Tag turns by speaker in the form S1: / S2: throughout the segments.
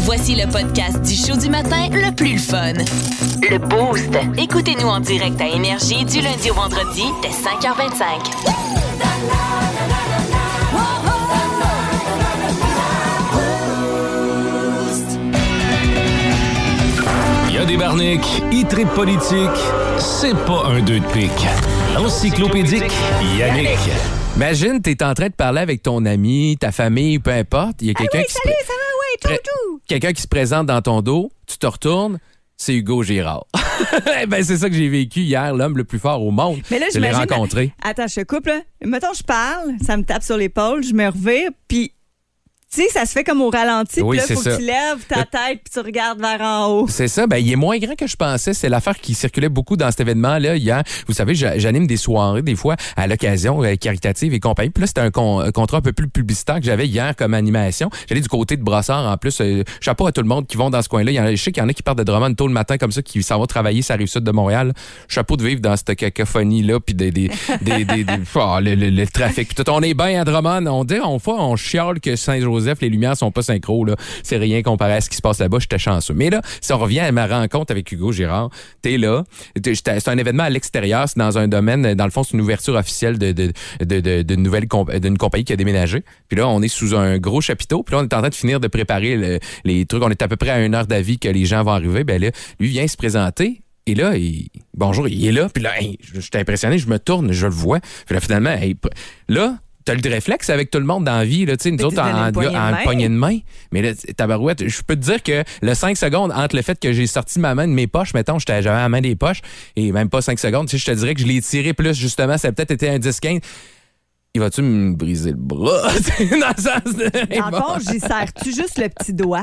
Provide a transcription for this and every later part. S1: Voici le podcast du show du matin le plus fun. Le Boost. Écoutez-nous en direct à Énergie du lundi au vendredi dès 5h25.
S2: Il y a des barniques, il tripe politique, c'est pas un deux de pique. L'encyclopédique Yannick.
S3: Imagine, t'es en train de parler avec ton ami, ta famille, peu importe. Il y a quelqu'un qui, se pré- pré- quelqu'un qui se présente dans ton dos, tu te retournes, c'est Hugo Girard. Eh ben, c'est ça que j'ai vécu hier, l'homme le plus fort au monde.
S4: Mais là,
S3: je l'ai
S4: j'imagine-
S3: rencontré.
S4: Attends, je te coupe, là. Mettons, je parle, ça me tape sur l'épaule, je me revire, puis. Tu sais, ça se fait comme au ralenti,
S3: Oui,
S4: puis là,
S3: c'est
S4: faut
S3: ça.
S4: que tu lèves ta
S3: Le-
S4: tête, puis tu regardes vers en haut.
S3: C'est ça, ben, il est moins grand que je pensais. C'est l'affaire qui circulait beaucoup dans cet événement-là hier. Vous savez, j'a- j'anime des soirées, des fois, à l'occasion, euh, caritative et compagnie. Puis là, c'était un, con- un contrat un peu plus publicitaire que j'avais hier comme animation. J'allais du côté de Brassard, en plus. Euh, chapeau à tout le monde qui vont dans ce coin-là. Il y en a- je sais qu'il y en a qui partent de Drummond tôt le matin, comme ça, qui s'en vont travailler sur la rive sud de Montréal. Chapeau de vivre dans cette cacophonie-là, puis des, des, des, des- des- oh, le, le- le trafic. Puis tout, on est bien à Drummond. On dit, on fait, on chiale que Saint-Joseph, les lumières sont pas synchro, là. C'est rien comparé à ce qui se passe là-bas. J'étais chanceux. Mais là, si on revient à ma rencontre avec Hugo Girard, t'es là. T'es- j'étais- C'est un événement à l'extérieur. C'est dans un domaine, dans le fond, c'est une ouverture officielle de, de, de- de- d'une nouvelle comp- d'une compagnie qui a déménagé. Puis là, on est sous un gros chapiteau. Puis là, on est en train de finir de préparer le- les trucs. On est à peu près à une heure d'avis que les gens vont arriver. Ben là, lui vient se présenter. Et là, il- bonjour, il est là. Puis là, hey, je suis impressionné, je me tourne, je le vois. Puis là, finalement, hey, pr- là, t'as le réflexe avec tout le monde dans la vie. Là, tu sais, nous
S4: Fait que
S3: autres,
S4: tu donnes
S3: en,
S4: une
S3: en-
S4: poignée de
S3: en
S4: main.
S3: poignée de main. Mais là, tabarouette, je peux te dire que le 5 secondes entre le fait que j'ai sorti ma main de mes poches, mettons, j'étais- j'avais la main des poches, et même pas 5 secondes, tu sais, je te dirais que je l'ai tiré plus, justement, ça a peut-être été un 10-15. Il va-tu me briser le bras? dans le sens de...
S4: Dans le fond, j'y serre-tu juste le petit doigt?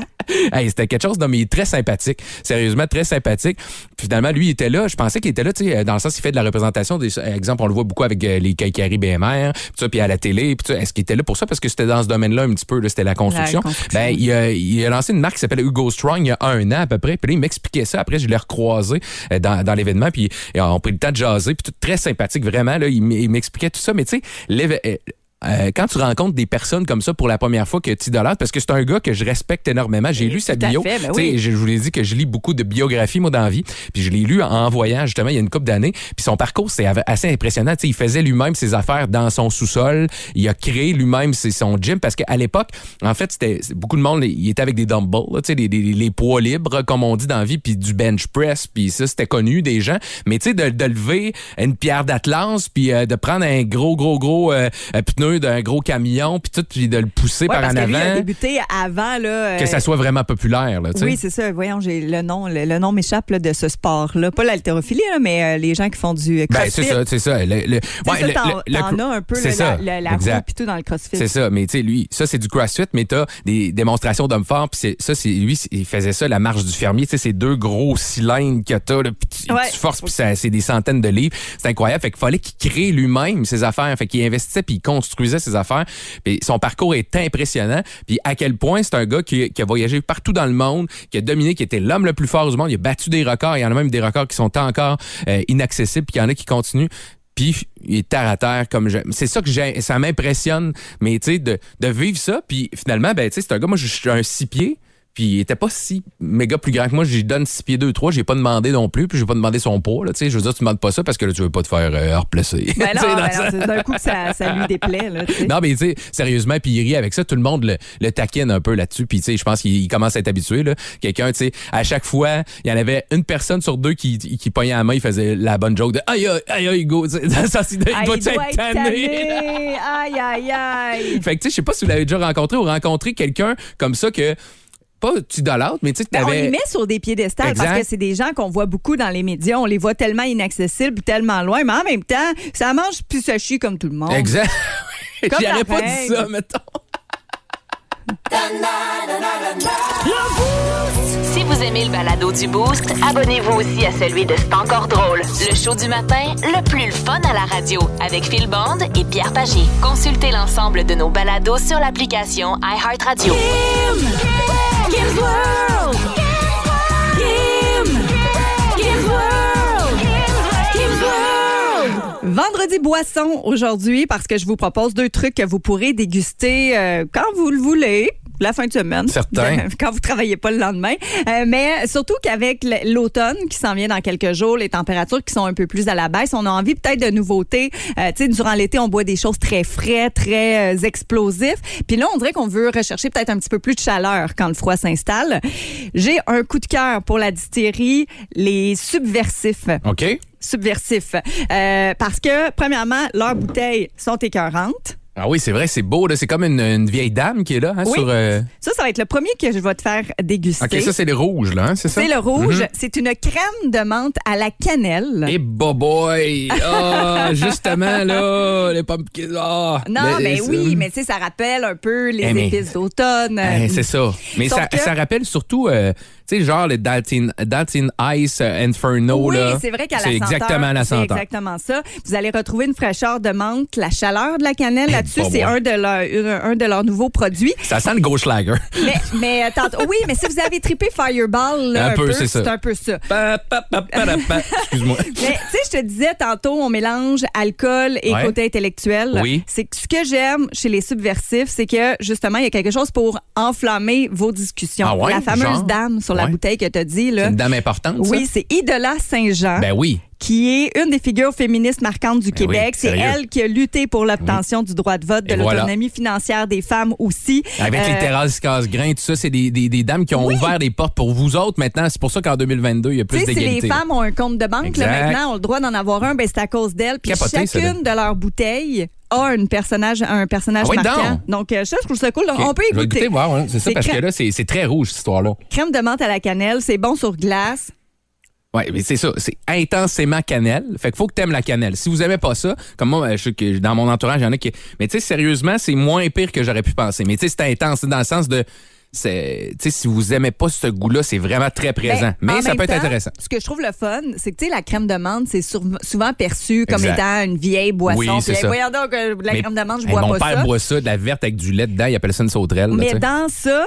S3: Hey, c'était quelque chose, non, mais il est très sympathique. Sérieusement, très sympathique. Puis finalement, lui, il était là. Je pensais qu'il était là, tu sais, euh, dans le sens, il fait de la représentation. Des, euh, exemple, on le voit beaucoup avec euh, les Kaikari BMR, puis ça, puis à la télé, puis tout ça. Est-ce qu'il était là pour ça? Parce que c'était dans ce domaine-là un petit peu, là, c'était la construction.
S4: La construction.
S3: Ben, il a, il a lancé une marque qui s'appelle Hugo Strong il y a un an à peu près. Puis là, il m'expliquait ça. Après, je l'ai recroisé euh, dans, dans l'événement. Puis euh, on a pris le temps de jaser. Puis tout très sympathique, vraiment. Là, il m- il m'expliquait tout ça. Mais tu sais, l'éve- euh, euh, quand tu rencontres des personnes comme ça pour la première fois que tu idolâtres, parce que c'est un gars que je respecte énormément, j'ai lu sa
S4: tout à
S3: bio.
S4: fait, ben
S3: Tu sais,
S4: oui.
S3: je, je vous l'ai dit que je lis beaucoup de biographies, moi, dans la vie. Puis je l'ai lu en, en voyage, justement, il y a une couple d'années. Puis son parcours, c'est av- assez impressionnant. Tu sais, il faisait lui-même ses affaires dans son sous-sol. Il a créé lui-même ses- son gym parce qu'à l'époque, en fait, c'était c'est- beaucoup de monde, il était avec des dumbbells, là, tu sais, les, les- les poids libres, comme on dit dans la vie, puis du bench press, puis ça, c'était connu des gens. Mais tu sais, de, de lever une pierre d'Atlas, puis euh, de prendre un gros, gros, gros euh, euh, pneu d'un gros camion, puis tout, puis de le pousser
S4: Ouais,
S3: par
S4: parce
S3: en
S4: que lui, il a
S3: avant.
S4: débuté avant, là.
S3: Que
S4: euh,
S3: ça soit vraiment populaire, là, tu sais.
S4: Oui, c'est ça. Voyons, j'ai le nom, le, le nom m'échappe là, de ce sport-là. Pas l'haltérophilie, là, mais euh, les gens qui font du euh,
S3: Ben, c'est
S4: crossfit.
S3: ça, c'est ça. Le, le-
S4: Tu
S3: ouais,
S4: sais, ça,
S3: le-
S4: t'en,
S3: le- le-
S4: t'en as un peu
S3: c'est
S4: là,
S3: ça,
S4: la, la, la
S3: exact.
S4: roue pis tout dans le crossfit.
S3: C'est ça, mais tu sais, lui, ça c'est du CrossFit, mais t'as des démonstrations d'hommes forts, puis c'est- ça, c'est lui, c'est- il faisait ça, la marche du fermier, tu sais, ces deux gros cylindres que t'as, là, puis tu,
S4: Ouais.
S3: tu forces, puis ça- c'est des centaines de livres, c'est incroyable, fait qu'il fallait qu'il crée lui-même ses affaires, fait qu'il investissait, puis il construisait ses affaires, puis son parcours est impressionnant, puis à quel point c'est un gars qui, qui a voyagé partout dans le monde, qui a dominé, qui était l'homme le plus fort du monde, il a battu des records, il y en a même des records qui sont encore euh, inaccessibles, puis il y en a qui continuent, puis il est terre à terre comme je... c'est ça que j'ai ça m'impressionne mais tu sais de, de vivre ça puis finalement ben tu sais c'est un gars moi je suis un six pieds puis il était pas si méga plus grand que moi, j'y donne six pieds 2 3, j'ai pas demandé non plus, puis j'ai pas demandé son poids là, tu sais, je veux dire tu demandes pas ça parce que là tu veux pas te faire euh, replacer.
S4: Ben
S3: Tu sais,
S4: non,
S3: dans
S4: ben
S3: ça.
S4: non, c'est- d'un coup, ça, ça lui déplaît. Là, tu sais.
S3: Non, mais tu sais, sérieusement, puis il rit avec ça. Tout le monde le, le taquine un peu là-dessus. Puis tu sais, je pense qu'il il commence à être habitué. là. Quelqu'un, tu sais, à chaque fois, il y en avait une personne sur deux qui, qui pognait la main, il faisait la bonne joke de aïe, aïe, aïe, aïe, go. Tu sais, dans le sens, il doit-
S4: Ah,
S3: il doit
S4: il doit
S3: être
S4: être
S3: tanné.
S4: tanné. Aïe, aïe, aïe.
S3: Fait que tu sais, je sais pas si vous l'avez déjà rencontré ou rencontré quelqu'un comme ça que, pas tu l'autre, mais tu sais, que
S4: Ben, on les
S3: t'avais.
S4: met sur des piédestals
S3: Exact.
S4: parce que c'est des gens qu'on voit beaucoup dans les médias. On les voit tellement inaccessibles, tellement loin, mais en même temps, ça mange puis ça chie comme tout le monde.
S3: Exact.
S4: Comme
S3: J'y
S4: la
S3: aurais pas dit
S4: reine.
S3: ça, mettons.
S1: Si vous aimez le balado du Boost, abonnez-vous aussi à celui de C'est encore drôle. Le show du matin, le plus le fun à la radio, avec Phil Bond et Pierre Pagé. Consultez l'ensemble de nos balados sur l'application iHeartRadio.
S4: Vendredi boisson aujourd'hui parce que je vous propose deux trucs que vous pourrez déguster euh, quand vous le voulez. la fin de semaine.
S3: Certain.
S4: Quand vous travaillez pas le lendemain. Euh, mais surtout qu'avec l- l'automne qui s'en vient dans quelques jours, les températures qui sont un peu plus à la baisse, on a envie peut-être de nouveautés. Euh, tu sais, durant l'été, on boit des choses très frais, très euh, explosifs. Puis là, on dirait qu'on veut rechercher peut-être un petit peu plus de chaleur quand le froid s'installe. J'ai un coup de cœur pour la distillerie, les subversifs
S3: OK?
S4: subversif. Euh, parce que, premièrement, leurs bouteilles sont écœurantes.
S3: Ah oui, c'est vrai, c'est beau. là. C'est comme une, une vieille dame qui est là. hein,
S4: Oui.
S3: sur, euh,
S4: Ça, ça va être le premier que je vais te faire déguster.
S3: OK, ça, c'est les rouges, là. hein, c'est ça?
S4: c'est le rouge. C'est une crème de menthe à la cannelle.
S3: Et boboy! Ah, justement, là, les pumpkins. ah,
S4: non,
S3: les-
S4: mais
S3: les-
S4: oui, mais tu sais, ça rappelle un peu les
S3: Eh, mais-
S4: épices d'automne.
S3: Eh, c'est ça. Mais
S4: Sauf
S3: ça,
S4: que-
S3: ça rappelle surtout, euh, tu sais, genre le Dalton, Dalton Ice euh, Inferno.
S4: oui,
S3: là.
S4: c'est vrai qu'à la
S3: C'est
S4: senteur,
S3: exactement la
S4: c'est
S3: senteur.
S4: exactement ça. Vous allez retrouver une fraîcheur de menthe, la chaleur de la cannelle là-dessus.
S3: bah, ouais.
S4: c'est un de leurs un de leurs nouveaux produits.
S3: Ça sent le gros schlager.
S4: Mais, mais euh, tantôt- oui, mais si vous avez trippé Fireball, là,
S3: Un
S4: un,
S3: peu, c'est ça.
S4: c'est un peu ça.
S3: Pa, pa, pa, pa, da, pa. Excuse-moi.
S4: Mais tu sais, je te disais tantôt, on mélange alcool et
S3: Ouais.
S4: côté intellectuel.
S3: Oui.
S4: C'est que ce que j'aime chez les subversifs, c'est que justement, il y a quelque chose pour enflammer vos discussions.
S3: Ah ouais,
S4: la fameuse
S3: genre?
S4: dame sur la
S3: Ouais.
S4: bouteille que tu as dit,
S3: C'est
S4: là.
S3: une dame importante, ça?
S4: Oui, c'est Idola Saint-Jean,
S3: Ben oui. Ben
S4: qui est une des figures féministes marquantes du Québec.
S3: oui,
S4: c'est
S3: sérieux.
S4: elle qui a lutté pour l'obtention du droit de vote, de
S3: Et voilà.
S4: l'autonomie financière des femmes aussi.
S3: Avec les
S4: Euh,
S3: terrasses casse-grain, tout ça, c'est des, des- des dames qui ont ouvert les portes pour vous autres maintenant. C'est pour ça qu'en 2022, il y a
S4: Tu
S3: plus
S4: sais, si
S3: d'égalité.
S4: les femmes ont un compte de banque, là,
S3: Exact.
S4: maintenant, ont le droit d'en avoir un, ben, c'est à cause d'elles. Puis
S3: Capoté, ça,
S4: chacune de leurs bouteilles a un personnage, un personnage
S3: Ah oui,
S4: marquant. Donc, euh, ça, je trouve ça cool. Donc,
S3: OK.
S4: On peut
S3: Je vais
S4: écouter.
S3: goûter, voir, ouais. C'est ça,
S4: C'est
S3: parce que
S4: crème-
S3: là, c'est c'est très rouge, cette histoire-là.
S4: Crème de menthe à la cannelle, c'est bon sur glace.
S3: Oui, mais c'est ça. C'est intensément cannelle. Fait qu'il faut que t'aimes la cannelle. Si vous aimez pas ça, comme moi, je sais que dans mon entourage, il y en a qui. Mais tu sais, sérieusement, c'est moins pire que j'aurais pu penser. Mais tu sais, c'est intense. C'est dans le sens de. c'est- Tu sais, si vous aimez pas ce goût-là, c'est vraiment très présent.
S4: Ben, en
S3: mais ça
S4: même
S3: peut être
S4: temps,
S3: intéressant.
S4: Ce que je trouve le fun, c'est que tu sais, la crème de menthe, c'est sur- souvent perçu comme
S3: Exact.
S4: étant une vieille boisson.
S3: Oui, c'est
S4: Puis,
S3: ça.
S4: voyons donc, euh, de la
S3: Mais-
S4: crème de menthe, je
S3: Hey,
S4: bois
S3: mon
S4: pas
S3: père
S4: ça.
S3: boit ça, de la verte avec du lait dedans. Il appelle ça une sauterelle. là, tu
S4: Mais
S3: sais.
S4: dans ça,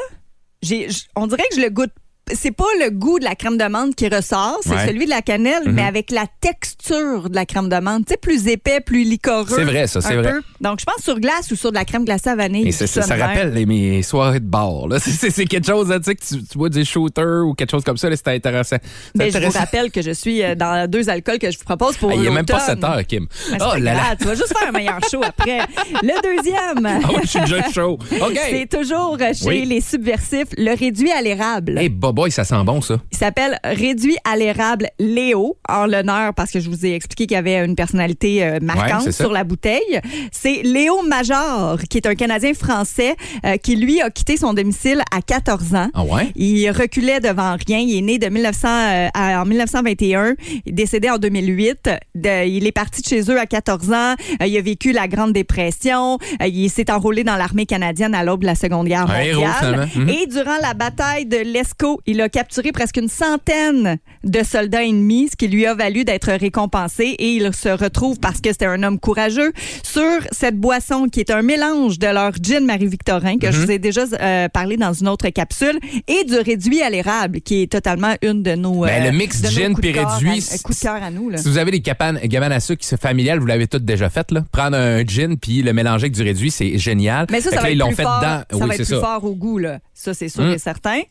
S4: j'ai, j- on dirait que je le goûte. C'est pas le goût de la crème de menthe qui ressort, c'est
S3: Ouais. Mhm.
S4: celui de la cannelle, mais avec la texture de la crème de menthe. Tu sais, plus épais, plus licoreux.
S3: C'est vrai, ça, c'est
S4: un
S3: vrai.
S4: peu. Donc, je pense sur glace ou sur de la crème glacée à vanille.
S3: Et ça, ça-
S4: tout
S3: ça
S4: me
S3: rappelle les, mes soirées de bar. là. C'est- C'est c'est quelque chose, hein, tu sais, que tu, tu vois des shooters ou quelque chose comme ça, là, c'est intéressant. C'est
S4: Mais je vous
S3: intéressant.
S4: rappelle que je suis euh, dans deux alcools que je vous propose pour
S3: Ah, il n'y a même pas
S4: l'automne.
S3: 7 heures, Kim.
S4: Ben, c'est
S3: Oh
S4: pas
S3: là là.
S4: grave, Tu vas juste faire un meilleur show après. Le deuxième,
S3: Ah oui, je suis déjà chaud. OK.
S4: c'est toujours euh, chez
S3: Oui.
S4: les subversifs, le réduit à l'érable.
S3: Hey, Boboy, ça sent bon, ça.
S4: Il s'appelle Réduit à l'érable Léo, en l'honneur parce que je vous ai expliqué qu'il y avait une personnalité euh, marquante
S3: Ouais, c'est ça.
S4: sur la bouteille. C'est Léo Major, qui est un Canadien français euh, qui, lui, a quitté son domicile à 14 ans.
S3: Ah ouais?
S4: Il reculait devant rien. Il est né de 1900, euh, à- en 1921. Il est décédé en 2008. De- il est parti de chez eux à 14 ans. Euh, il a vécu la Grande Dépression. Euh, il s'est enrôlé dans l'armée canadienne à l'aube de la Seconde Guerre
S3: Un
S4: mondiale.
S3: héros, finalement. Mhm.
S4: Et durant la bataille de l'Escaut, il a capturé presque une centaine de soldats ennemis, ce qui lui a valu d'être récompensé. Et il se retrouve, parce que c'était un homme courageux, sur cette boisson qui est un mélange de leur gin Marie-Victorin, que je
S3: Mhm.
S4: vous ai déjà euh, parlé dans une autre capsule, et du réduit à l'érable, qui est totalement une de nos.
S3: Ben,
S4: euh,
S3: le mix
S4: de nos
S3: gin
S4: coups de
S3: puis
S4: cœur
S3: réduit,
S4: à- Coup de cœur à nous, là.
S3: Si vous avez des capanes, gamines à sucre qui sont familiales, vous l'avez toutes déjà faites, là. Prendre un gin puis le mélanger avec du réduit, c'est génial.
S4: Mais ça,
S3: Fait que
S4: ça
S3: là,
S4: va
S3: ils
S4: être
S3: l'ont
S4: plus
S3: fait
S4: fort.
S3: dedans.
S4: Ça
S3: oui,
S4: va
S3: c'est
S4: être
S3: ça.
S4: plus fort au goût, là. Ça, c'est sûr
S3: Mm.
S4: et certain.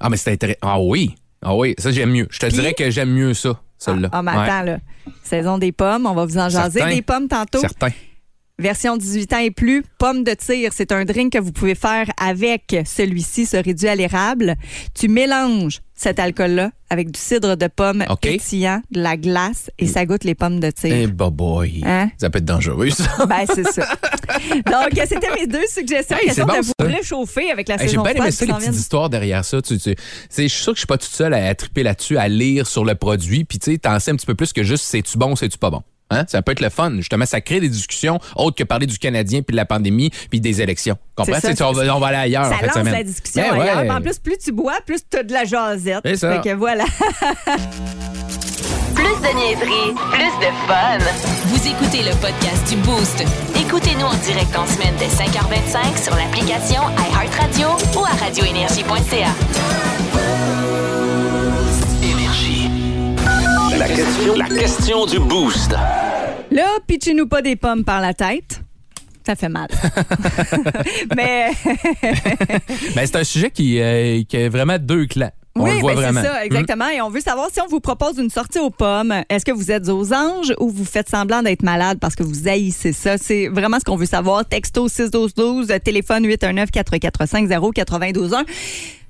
S3: Ah, mais c'est intéressant. Ah oui. Ah oui, ça, j'aime mieux. Je te dirais que j'aime mieux ça, celle-là.
S4: Ah, ah, mais
S3: Ouais.
S4: attends, là. Saison des pommes, on va vous en jaser
S3: Certain.
S4: des pommes tantôt.
S3: Certain.
S4: Version 18 ans et plus, pomme de tir, c'est un drink que vous pouvez faire avec celui-ci, ce réduit à l'érable. Tu mélanges cet alcool-là avec du cidre de pomme
S3: OK.
S4: pétillant, de la glace et ça goûte les pommes de tir.
S3: Eh, Boboy.
S4: Hein?
S3: Ça peut être dangereux, ça.
S4: Ben, c'est ça. Donc, c'était mes deux suggestions.
S3: Hey,
S4: question
S3: c'est bon,
S4: de vous
S3: ça.
S4: réchauffer avec la
S3: Hey, J'ai
S4: saison
S3: bien aimé
S4: froide
S3: ça,
S4: qui
S3: les
S4: s'en
S3: petites
S4: vient.
S3: histoires derrière ça. Tu, tu- tu sais, je suis sûr que je suis pas toute seule à, à triper là-dessus, à lire sur le produit. Puis, tu sais, t'en sais un petit peu plus que juste c'est-tu bon, c'est-tu pas bon. Hein? Ça peut être le fun. Justement, ça crée des discussions autres que parler du Canadien, puis de la pandémie, puis des élections. Comprends?
S4: C'est ça,
S3: Tu sais, on, va, on va aller ailleurs. en
S4: Ça
S3: fin de
S4: lance
S3: semaine.
S4: la discussion
S3: Ben ouais.
S4: ailleurs. En plus, plus tu bois, plus tu as de la jasette.
S3: C'est ça.
S4: Fait que voilà.
S1: Plus de niaiserie, plus de fun. Vous écoutez le podcast du Boost. Écoutez-nous en direct en semaine dès 5h25 sur l'application iHeartRadio ou à radioénergie.ca.
S5: La question, la question du boost.
S4: Là, pitchez-nous pas des pommes par la tête. Ça fait mal. Mais
S3: Ben, c'est un sujet qui, euh, qui a vraiment deux clans. On
S4: oui,
S3: le voit
S4: ben,
S3: vraiment. Hmm?
S4: c'est ça, exactement. Et on veut savoir si on vous propose une sortie aux pommes, est-ce que vous êtes aux anges ou vous faites semblant d'être malade parce que vous haïssez ça? C'est vraiment ce qu'on veut savoir. Texto 61212, euh, téléphone 819-445-0921.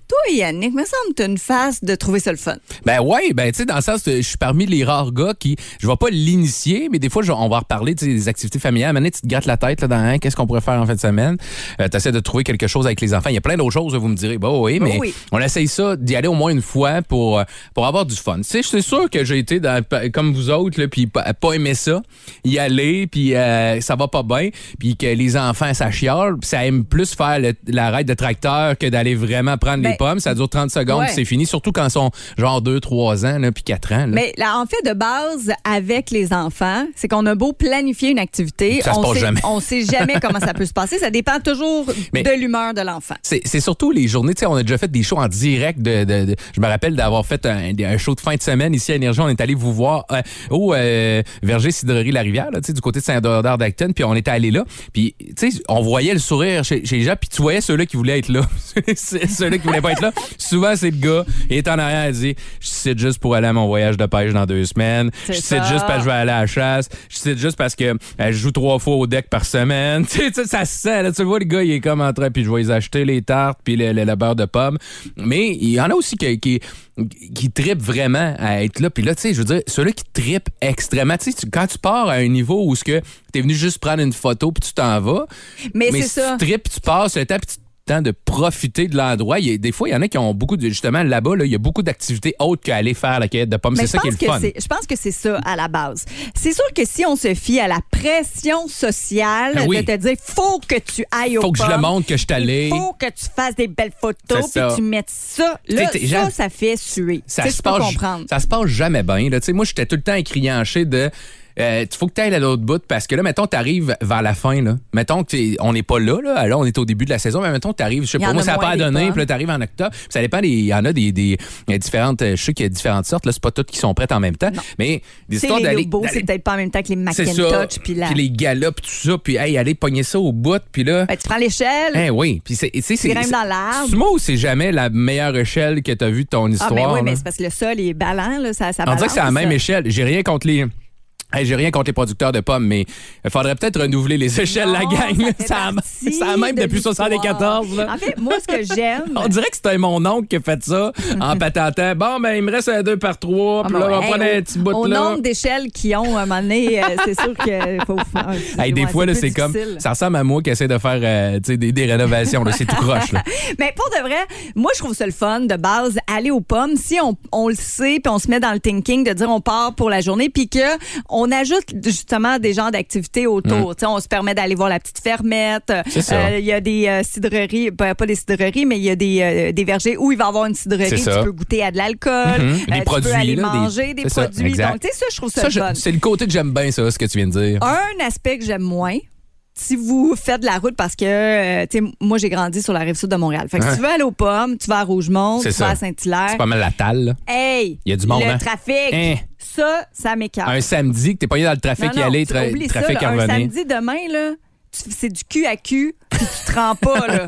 S4: Toi, Yannick, me semble que tu une face de trouver ça le fun.
S3: Ben ouais, ben tu sais dans le sens je suis parmi les rares gars qui je vais pas l'initier mais des fois je- on va reparler tu sais, des activités familiales, maintenant tu te grattes la tête là dans hein, qu'est-ce qu'on pourrait faire en fin de semaine. Euh, tu de trouver quelque chose avec les enfants, il y a plein d'autres choses vous me direz. Bah oui, mais
S4: Oui.
S3: on essaye ça d'y aller au moins une fois pour euh, pour avoir du fun. Tu sais c'est sûr que j'ai été dans- comme vous autres là puis pas pas aimer ça, y aller puis euh, ça va pas bien puis que les enfants ça chiale, puis ça aime plus faire le- la ride de tracteur que d'aller vraiment prendre
S4: Ben,
S3: les pommes, ça dure 30 secondes,
S4: Ouais.
S3: puis c'est fini, surtout quand ils sont genre 2, 3 ans, là, puis 4 ans. là.
S4: Mais là, en fait, de base, avec les enfants, c'est qu'on a beau planifier une activité,
S3: Ça se
S4: on,
S3: passe
S4: sait,
S3: jamais.
S4: on sait jamais comment ça peut se passer. Ça dépend toujours
S3: Mais-
S4: de l'humeur de l'enfant.
S3: C'est c'est surtout les journées, tu sais, on a déjà fait des shows en direct. De, de- de- je me rappelle d'avoir fait un, un show de fin de semaine ici à Énergie. On est allé vous voir euh, au euh, Verger Cidrerie La Rivière, là, tu sais, du côté de Saint-Deodore d'Acton. Puis on était allé là. Puis tu sais, on voyait le sourire chez, chez les gens. Puis tu voyais ceux-là qui voulaient être là, C'est- ceux-là qui voulaient pas être là. Souvent c'est le gars il est en arrière, il dit, je cite juste pour aller à mon voyage de pêche dans deux semaines. Je
S4: C'est
S3: cite
S4: ça.
S3: juste parce que je vais aller à la chasse. Je cite juste parce que euh, je joue trois fois au deck par semaine. tu sais, tu sais, ça se sent. Là, tu vois, le gars, il est comme en train, puis je vais les acheter, les tartes, puis le, le- le beurre de pomme. Mais il y en a aussi qui, qui, qui tripent vraiment à être là. Puis là, tu sais, je veux dire, ceux-là qui tripent extrêmement. Tu sais, tu- quand tu pars à un niveau où ce que t'es venu juste prendre une photo, puis tu t'en vas.
S4: Mais c'est
S3: si
S4: ça.
S3: tu tripes, puis tu passes le temps, puis tu temps de profiter de l'endroit. Il y a- Des fois, il y en a qui ont beaucoup de... Justement, là-bas, là, il y a beaucoup d'activités autres qu'aller faire la cueillette de pommes.
S4: Mais
S3: C'est ça
S4: je
S3: qui est le
S4: pense que
S3: fun.
S4: c'est- Je pense que c'est ça à la base. C'est sûr que si on se fie à la pression sociale
S3: Ben oui.
S4: de te dire faut que tu ailles au
S3: Faut que je le
S4: pub,
S3: montre que je suis allé.
S4: Il faut que tu fasses des belles photos
S3: C'est
S4: puis
S3: ça.
S4: tu mettes ça. Là,
S3: T'sais, t'es-
S4: ça,
S3: j'aime-
S4: ça fait suer.
S3: ça
S4: Tu sais,
S3: se
S4: je peux
S3: passe
S4: comprendre.
S3: ça se passe jamais bien là. Tu sais, moi j'étais tout le temps écrianché de euh, faut que tu ailles à l'autre bout parce que là mettons tu arrives vers la fin là. Mettons que t'es- on n'est pas là là, Alors, on est au début de la saison mais mettons que tu arrives je sais
S4: Il y en
S3: pas moi
S4: a
S3: ça a
S4: moins
S3: pas
S4: des
S3: donné
S4: pommes.
S3: puis là tu arrives en octobre, Puis ça dépend des il y en a des, des- il y a différentes euh, je sais qu'il y a différentes sortes là, c'est pas toutes qui sont prêtes en même temps mais des
S4: C'est
S3: histoires
S4: les
S3: d'aller
S4: lobos,
S3: d'aller-
S4: c'est peut-être pas en même temps que les
S3: c'est ça,
S4: Macintosh puis la.
S3: les galops puis tout ça puis hey, aller pogner ça au bout puis là
S4: Ben, tu prends l'échelle.
S3: eh oui, puis c'est tu sais, c'est
S4: grimpe
S3: c'est-
S4: dans l'arbre.
S3: Sumo, c'est jamais la meilleure échelle que tu as vue de ton
S4: ah,
S3: histoire.
S4: mais oui,
S3: là.
S4: mais c'est parce que le sol est ballant, là, ça, ça
S3: On dirait que c'est à la
S4: balance.
S3: même échelle. J'ai rien contre les. Hey, j'ai rien contre les producteurs de pommes, mais il faudrait peut-être renouveler les échelles, la
S4: Non,
S3: gang. là.
S4: ça fait
S3: C'est la-
S4: partie
S3: C'est la même
S4: de
S3: depuis
S4: l'histoire.
S3: 74. là.
S4: En fait, moi, ce que j'aime.
S3: On dirait que c'était mon oncle qui a fait ça en patentant. Bon, ben, il me reste un 2 par 3, Ah, puis là, on va
S4: Ah, Hey,
S3: prendre
S4: au-
S3: un petit bout
S4: Au
S3: là.
S4: nombre d'échelles qu'ils ont, à un moment donné, euh, c'est sûr que faut. faut-
S3: Hey, des
S4: ouais,
S3: fois, là,
S4: plus
S3: c'est comme.
S4: difficile.
S3: Ça ressemble à moi qui essaie de faire euh, tu sais, des, des rénovations. là. C'est tout croche. là.
S4: Mais pour de vrai, moi, je trouve ça le fun de base, aller aux pommes. Si on, on le sait, puis on se met dans le thinking de dire on part pour la journée, puis que on ajoute justement des genres d'activités autour. Tu sais, On se permet d'aller voir la petite fermette.
S3: Mm. C'est ça.
S4: Euh, Il y a des euh, cidreries, ben, pas des cidreries, mais il y a des, euh, des vergers où il va y avoir une cidrerie.
S3: C'est
S4: Tu
S3: ça.
S4: peux goûter à de l'alcool.
S3: Mhm. Des
S4: euh, Tu peux
S3: produits,
S4: aller
S3: là, des-
S4: manger des,
S3: c'est ça,
S4: produits.
S3: exact.
S4: Donc, tu sais, ça, je trouve ça,
S3: Ça,
S4: le
S3: je-
S4: fun.
S3: c'est le côté que j'aime bien, ça, ce que tu viens de dire.
S4: Un aspect que j'aime moins, si vous faites de la route parce que, euh, tu sais, moi, j'ai grandi sur la rive sud de Montréal. Fait que
S3: Ouais.
S4: si tu veux aller aux pommes, tu vas à Rougemont, tu
S3: C'est
S4: vas
S3: ça.
S4: à Saint-Hilaire.
S3: C'est pas mal la talle. là.
S4: Hey!
S3: Il y a du monde,
S4: Le
S3: hein?
S4: trafic!
S3: Hein?
S4: Ça, ça m'écarte.
S3: Un samedi que t'es pogné dans le trafic
S4: Non,
S3: y
S4: non,
S3: aller,
S4: tu-
S3: tra-
S4: oublie ça,
S3: trafic
S4: là,
S3: à
S4: Un
S3: revenir.
S4: samedi demain, là, tu- c'est du cul à cul, puis tu te rends pas, là.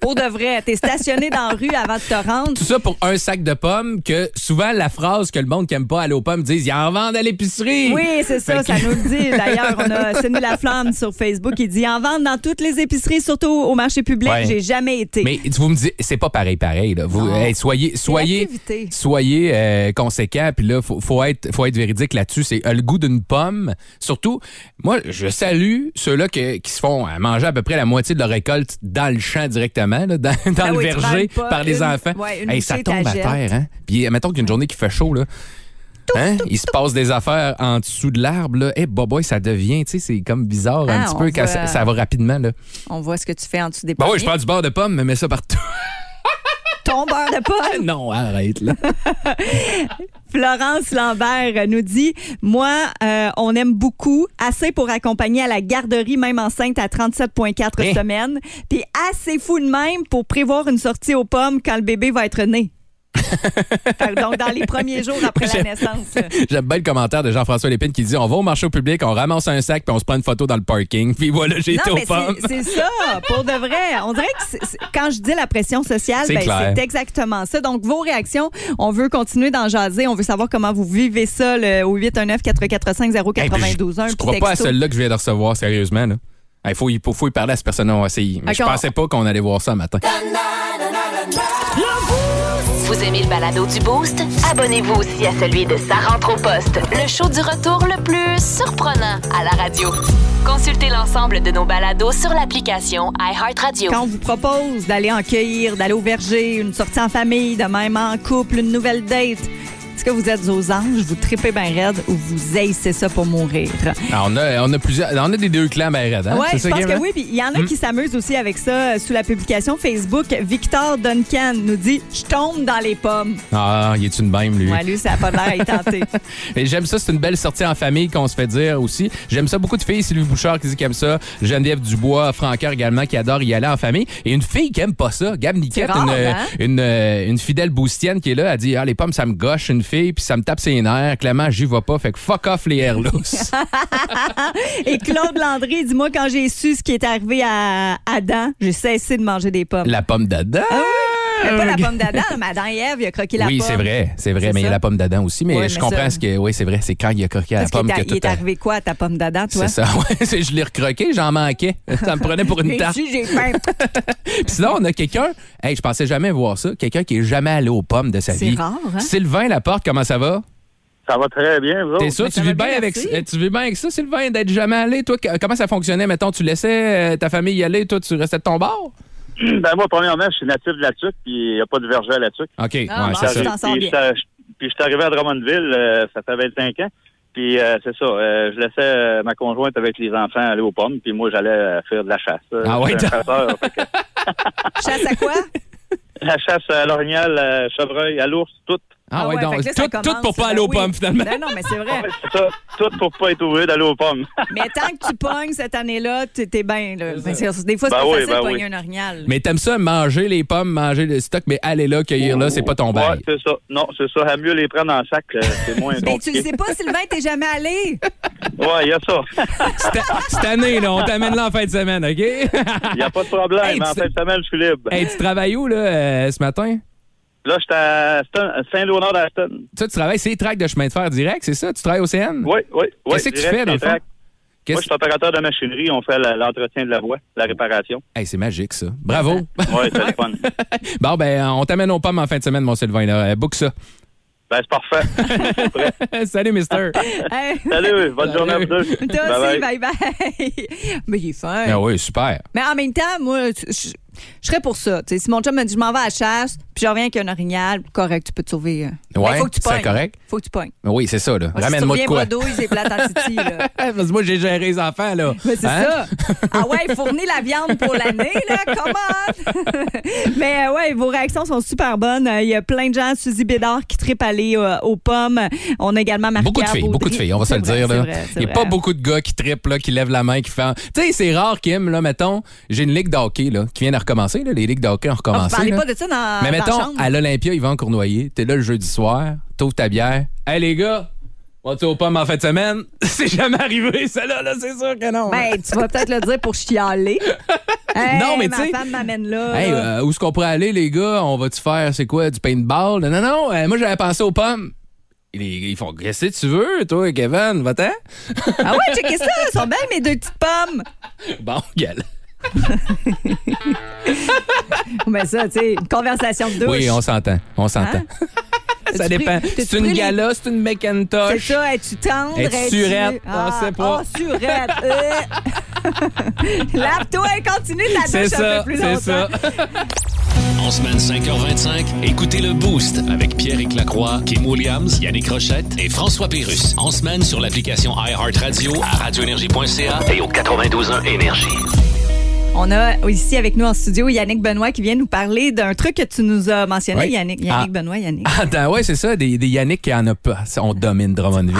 S4: Pour de vrai. T'es stationné dans la rue avant de te rendre.
S3: Tout ça pour un sac de pommes que souvent la phrase que le monde qui aime pas aller aux pommes disent il en vend à l'épicerie.
S4: Oui, c'est ça,
S3: Fait
S4: ça
S3: que-
S4: nous le dit. D'ailleurs, on a Senu la flamme sur Facebook. Il dit en vente dans toutes les épiceries, surtout au marché public.
S3: Ouais.
S4: J'ai jamais été.
S3: Mais vous me dites, c'est pas pareil, pareil. Là. Vous,
S4: Non.
S3: hey, soyez, soyez,
S4: l'activité.
S3: soyez euh, conséquent. Puis là, faut, faut être, faut être véridique là-dessus. C'est euh, le goût d'une pomme. Surtout, moi, je salue ceux-là que- qui se font euh, manger à peu près la moitié de leur récolte dans le champ directement, là, dans, dans
S4: Ah
S3: le
S4: oui, tu
S3: verger,
S4: parles pas
S3: par les
S4: une-
S3: enfants.
S4: ouais, une
S3: Hey, ça
S4: bouchée
S3: tombe à
S4: t'achètes.
S3: terre. Hein? Puis mettons qu'une journée qui fait chaud là. Hein? Il se passe des affaires en dessous de l'arbre. là. Hey, boboy, ça devient, tu sais, c'est comme bizarre
S4: Ah,
S3: un petit
S4: on
S3: peu. Quand
S4: va-
S3: ça, ça va rapidement. Là.
S4: On voit ce que tu fais en dessous des
S3: Ben
S4: pommes.
S3: oui, je prends du beurre de pomme, mais mets ça partout.
S4: Ton beurre de pomme.
S3: non, arrête, là.
S4: Florence Lambert nous dit Moi, euh, on aime beaucoup, assez pour accompagner à la garderie, même enceinte à 37,4
S3: Hein?
S4: semaines. Puis assez fou de même pour prévoir une sortie aux pommes quand le bébé va être né. Donc, dans les premiers jours après la naissance.
S3: J'aime bien le commentaire de Jean-François Lépine qui dit on va au marché au public, on ramasse un sac puis on se prend une photo dans le parking. Puis voilà, j'ai été
S4: Non,
S3: aux
S4: mais
S3: pommes.
S4: c'est- c'est ça, pour de vrai. On dirait que c'est- c'est- quand je dis la pression sociale,
S3: C'est
S4: ben,
S3: clair.
S4: c'est exactement ça. Donc, vos réactions, on veut continuer d'en jaser. On veut savoir comment vous vivez ça le, au
S3: Hey,
S4: 819-445-092.
S3: puis je-
S4: un
S3: Eh ben, Je
S4: petit
S3: crois pas à
S4: texto.
S3: celle-là que je viens de recevoir, sérieusement. Il faut, y- faut, faut y parler à cette personne au ACI. Mais je
S4: Ok, on-
S3: pensais pas qu'on allait voir ça un matin.
S1: Vous aimez le balado du Boost? Abonnez-vous aussi à celui de Sa rentre au poste, le show du retour le plus surprenant à la radio. Consultez l'ensemble de nos balados sur l'application iHeartRadio.
S4: Quand on vous propose d'aller en cueillir, d'aller au verger, une sortie en famille, de même en couple, une nouvelle date, est-ce que vous êtes aux anges, vous tripez bien raide ou vous haïssez ça pour mourir?
S3: Ah, on, a, on a plusieurs. On a des deux clans ben raides, hein?
S4: Ouais,
S3: C'est
S4: je
S3: ça,
S4: pense
S3: Kim,
S4: que
S3: hein?
S4: oui. Puis il y en a qui s'amusent aussi avec ça euh, sous la publication Facebook. Victor Duncan nous dit Je tombe dans les pommes.
S3: Ah, il est une même, lui.
S4: Ouais, lui, ça n'a pas l'air à y tenter.
S3: Et j'aime ça, c'est une belle sortie en famille qu'on se fait dire aussi. J'aime ça beaucoup de filles, Sylvie Bouchard qui dit qu'elle aime ça, Geneviève Dubois, Francaire également qui adore y aller en famille. Et une fille qui aime pas ça, Gab Niquette,
S4: C'est rare,
S3: une,
S4: hein?
S3: une, euh, une fidèle boustienne qui est là, elle dit Ah, les pommes, ça me gâche une fille, puis ça me tape ses nerfs. Clairement, j'y vais pas, fait que fuck off les air lousses.
S4: Et Claude Landry, dis-moi, quand j'ai su ce qui est arrivé à Adam, j'ai cessé de manger des pommes.
S3: La pomme d'Adam!
S4: Ah Mais Pas la pomme d'Adam, mais Adam et Ève, il a croqué la
S3: oui,
S4: pomme.
S3: c'est vrai, c'est vrai,
S4: C'est
S3: mais il y a
S4: ça.
S3: la pomme d'Adam aussi, mais
S4: Ouais,
S3: je
S4: mais
S3: comprends
S4: ça-
S3: ce que. Oui, c'est vrai, c'est quand il a croqué à la
S4: Parce qu'il
S3: pomme
S4: est,
S3: que
S4: il
S3: tout
S4: est
S3: a.
S4: arrivé quoi à ta pomme d'Adam, toi?
S3: C'est ça, ouais, c'est- je l'ai recroqué, j'en manquais. Ça me prenait pour une
S4: J'ai
S3: tarte.
S4: su, j'ai faim.
S3: Puis sinon, on a quelqu'un, hey, je pensais jamais voir ça, quelqu'un qui est jamais allé aux pommes de sa
S4: C'est
S3: vie.
S4: rare, hein?
S3: Sylvain Laporte, comment ça va?
S5: Ça va très bien, vous
S3: T'es
S5: autres.
S3: sûr,
S4: ben,
S3: tu
S4: Oh, ça
S3: vis,
S4: va bien,
S3: bien avec,
S4: merci.
S3: euh, tu vis bien avec ça, Sylvain, d'être jamais allé? Toi, que- comment ça fonctionnait? Mettons, tu laissais euh, ta famille y aller, toi, tu restais de ton bord?
S5: Ben, moi, premièrement, je suis natif de la Tuque, puis il n'y a pas de verger à la Tuque.
S3: OK, ouais,
S4: Ah, bon,
S3: Ah, c'est
S4: je
S3: ça.
S4: t'en sors
S5: Puis
S4: bien.
S5: j'étais- puis je suis arrivé à Drummondville, euh, ça fait 25 ans. Puis euh, c'est ça, euh, je laissais euh, ma conjointe avec les enfants aller aux pommes, puis moi, j'allais euh, faire de la chasse. Euh,
S3: Ah ouais,
S5: je suis un chasseur, fait que
S4: Chasse à quoi?
S3: Ah
S5: la chasse à l'orignal, à chevreuil, à l'ours, tout.
S3: Ah, ouais, donc,
S4: fait que là, ça
S3: tout, tout
S4: commence,
S3: pour pas
S4: ça.
S3: aller aux
S4: Oui.
S3: pommes, finalement.
S4: Non, non, mais c'est vrai.
S5: Ouais, c'est ça, tout pour pas être obligé d'aller aux pommes.
S4: Mais tant que tu pognes cette année-là, tu t'es bien. là. Ben, c'est- Des fois, c'est
S5: Ben
S4: pas
S5: oui,
S4: facile
S5: ben
S4: de pogner
S5: oui.
S4: un orignal.
S3: Mais t'aimes ça, manger les pommes, manger le stock, mais aller là, cueillir là, c'est pas ton
S5: Ouais,
S3: bail.
S5: c'est ça. Non, c'est ça. À mieux les prendre en sac, euh, c'est moins
S4: Mais Ben, tu le
S5: compliqué.
S4: sais pas, Sylvain, t'es jamais allé.
S5: Ouais, il y a ça.
S3: Cette cette année, là, on t'amène là en fin de semaine, OK?
S5: Il n'y a pas de problème.
S3: Hey, tu
S5: en
S3: sais-
S5: fin de semaine, je suis libre.
S3: hey, tu travailles où, là, euh, ce matin?
S5: Là, j'étais à Aston- à Saint-Léonard d'Aston.
S3: Ça, tu travailles, c'est les tracts de chemin de fer direct, c'est ça? Tu travailles au CN?
S5: Oui, oui, oui.
S3: Qu'est-ce que tu
S5: direct
S3: fais, dans le
S5: des
S3: fond?
S5: tracts.
S3: Qu'est-ce-
S5: Moi, je suis opérateur de machinerie. On fait la- l'entretien de la voie, la réparation.
S3: Hey, c'est magique, ça. Bravo.
S5: Oui, c'est le fun.
S3: bon, ben, on t'amène aux pommes en fin de semaine, mon Sylvain. Là. Euh, Book ça.
S5: Ben, c'est parfait. Je suis prêt.
S3: Salut, mister.
S4: Hey,
S5: Salut, bonne
S3: Salut.
S5: journée à vous deux.
S4: Hein? Toi
S5: Bye-bye.
S4: aussi, bye bye. Mais il est fin.
S3: ah oui, super.
S4: Mais en même temps, moi, tu- je je serais pour ça. Tu sais, si mon chum me dit je m'en vais à la chasse, puis je reviens avec un orignal, correct, tu peux te sauver. euh. Mais
S3: Ouais,
S4: faut que tu
S3: c'est
S4: pognes.
S3: correct.
S4: Faut que tu pognes.
S3: Mais Ben Oui, c'est ça, là.
S4: Moi,
S3: Ramène-moi
S4: si
S3: de
S4: tu
S3: quoi.
S4: reviens bredouille, c'est plate en city, là.
S3: Parce que moi, j'ai géré les enfants, là.
S4: Mais c'est
S3: Hein?
S4: ça. Ah ouais, fournir la viande pour l'année, là, comment? Mais euh, ouais, vos réactions sont super bonnes. Euh, Il y a plein de gens, Suzy Bédard, qui trippent aller euh, aux pommes. On a également Marc
S3: Beaucoup de filles, beaucoup de filles, on va se le dire. Là. Il n'y a pas beaucoup de gars qui trippent, là, qui lèvent la main, qui font. Tu sais, c'est rare, Kim, là, mettons, j'ai une ligue de hockey, là, qui vient de recommencer, là. Les ligues de hockey ont
S4: On
S3: recommencé.
S4: parlait
S3: là.
S4: Ah, pas de ça
S3: Mais
S4: dans dans la
S3: mettons,
S4: chambre.
S3: à l'Olympia, ils vont en Cournoyer. T'es là le jeudi soir, t'ouvres ta bière. Hey les gars, on tu aux pommes en fin de semaine? C'est jamais arrivé, ça là, là c'est sûr que non.
S4: Ben, tu vas peut-être le dire pour chialer. Hey,
S3: Non, mais
S4: ma
S3: tu sais-
S4: femme m'amène là.
S3: Hey,
S4: là.
S3: euh, où est-ce qu'on pourrait aller, les gars? On va-tu faire, c'est quoi, du paintball? Non, non, non, euh, moi j'avais pensé aux pommes. Ils, ils font, qu'est-ce que tu veux, toi, Kevin? Va-t'en?
S4: Ah ouais, checker ça, elles sont belles mes deux petites pommes.
S3: Bon, gueule.
S4: Mais ça, tu sais, une conversation de douche.
S3: Oui, on s'entend. On s'entend. ça
S4: Hein? T'as-tu
S3: dépend.
S4: pris- t'as-tu
S3: C'est
S4: pris
S3: une
S4: les-
S3: gala, c'est une
S4: C'est
S3: McIntosh.
S4: ça, es-tu tendre?
S3: Es-tu surette? On sait pas.
S4: Oh, surette. euh. Lave-toi et continue ta
S3: C'est
S4: douche un
S3: ça,
S4: peu plus
S3: c'est
S4: longtemps.
S3: ça.
S2: En semaine 5h25, écoutez le Boost avec Pierre Lacroix, Kim Williams, Yannick Rochette et François Pérus. En semaine sur l'application iHeartRadio à radioénergie.ca et au 92.1 Énergie.
S4: On a ici avec nous en studio Yannick Benoît qui vient nous parler d'un truc que tu nous as mentionné,
S3: Oui.
S4: Yannick.
S3: Ah.
S4: Yannick Benoît, Yannick.
S3: Ah, ben ouais, c'est ça, des, des Yannick qui en a pas. Ça, On domine Drummondville.